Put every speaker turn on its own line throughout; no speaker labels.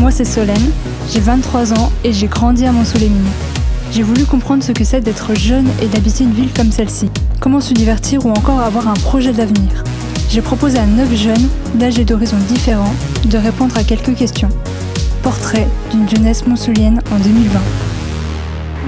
Moi, c'est Solène, j'ai 23 ans et j'ai grandi à Mont-sous-les-Mines. J'ai voulu comprendre ce que c'est d'être jeune et d'habiter une ville comme celle-ci, comment se divertir ou encore avoir un projet d'avenir. J'ai proposé à 9 jeunes d'âge et d'horizons différents de répondre à quelques questions. Portrait d'une jeunesse monsoulienne en 2020.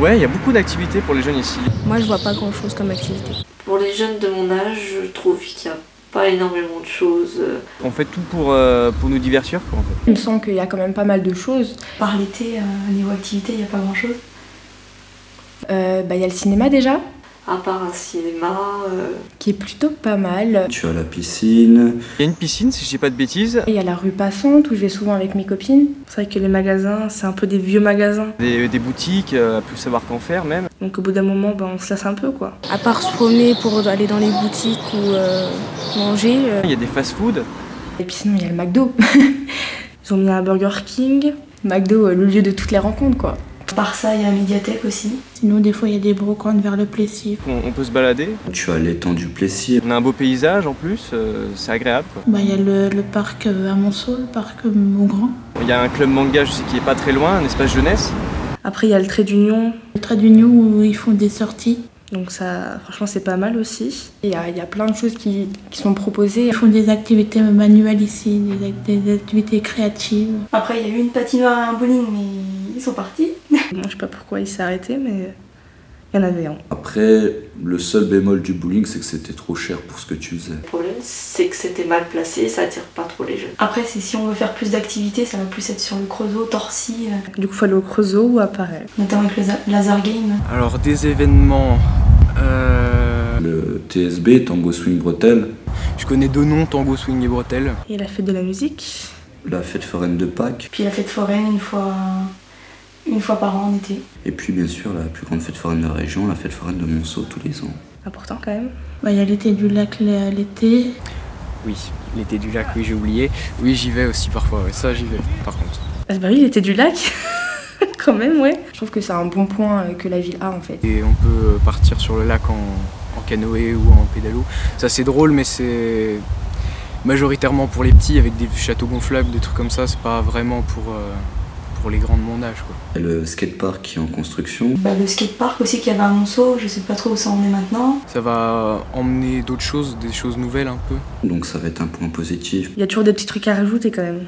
Ouais, il y a beaucoup d'activités pour les jeunes ici.
Moi, je vois pas grand chose comme activité.
Pour les jeunes de mon âge, je trouve qu'il n'y a pas énormément de choses.
On fait tout pour, euh, pour nous divertir. quoi, en fait.
Il me semble qu'il y a quand même pas mal de choses.
Par l'été, euh, niveau activité, il n'y a pas grand chose.
Euh, bah, Il y a le cinéma déjà,
À part un cinéma, euh,
qui est plutôt pas mal.
Tu as la piscine.
Il y a une piscine, si je dis pas de bêtises,
Et il y a la rue Passante où je vais souvent avec mes copines.
C'est vrai que les magasins, c'est un peu des vieux magasins.
des, des boutiques, euh, à plus savoir qu'en faire même.
Donc au bout d'un moment, ben, on se lasse un peu quoi.
À part se promener pour aller dans les boutiques ou euh, manger, euh,
Il y a des fast-food.
Et puis sinon, il y a le McDo.
Ils ont mis un Burger King.
McDo, euh, le lieu de toutes les rencontres quoi.
Par ça, il y a la médiathèque aussi.
Sinon, des fois, il y a des brocantes vers le Plessis.
On, on peut se balader.
Tu as l'étang du Plessis.
On a un beau paysage en plus, euh, c'est agréable. Quoi.
Bah, il y a le, le parc euh, à Monceau, le parc euh, Montgrand.
Il y a un club manga, je sais, qui est pas très loin, un espace jeunesse.
Après, il y a le Trait d'Union.
Le Trait d'Union où ils font des sorties.
Donc ça, franchement, c'est pas mal aussi.
Il y a, il y a plein de choses qui, qui sont proposées.
Ils font des activités manuelles ici, des, act- des activités créatives.
Après, il y a eu une patinoire et un bowling, mais ils sont partis.
Moi, je sais pas pourquoi il s'est arrêté, mais il y en avait un.
Après, le seul bémol du bowling, c'est que c'était trop cher pour ce que tu faisais.
le problème, c'est que c'était mal placé, ça attire pas trop les jeunes.
Après, c'est si on veut faire plus d'activités, ça va plus être sur le Creusot, Torcy, euh,
Du coup, il faut aller au Creusot ou à Paris.
notamment avec le za- Laser Game.
Alors des événements. euh,
Le TSB, Tango Swing Bretelle,
Je connais deux noms, Tango Swing et Bretelle.
Et la fête de la musique.
la fête foraine de Pâques,
Puis la fête foraine une fois, une fois par an en été.
et puis bien sûr la plus grande fête foraine de la région, la fête foraine de Monceau tous les ans.
Important quand même.
Bah, il y a l'été du lac l- l'été.
Oui, l'été du lac, oui j'ai oublié. Oui j'y vais aussi parfois, ouais, ça j'y vais par contre.
Ah bah oui, il était du lac. quand même, ouais.
Je trouve que c'est un bon point euh, que la ville a en fait.
Et on peut partir sur le lac en, en canoë ou en pédalo. Ça c'est drôle mais c'est majoritairement pour les petits avec des châteaux gonflables, des trucs comme ça, c'est pas vraiment pour, euh, pour les grands de mon âge. Quoi.
Et le skatepark qui est en construction,
Bah, le skatepark aussi qu'il y avait à Monceau, je sais pas trop où ça en est maintenant.
Ça va emmener d'autres choses, des choses nouvelles un peu.
donc ça va être un point positif.
Il y a toujours des petits trucs à rajouter quand même.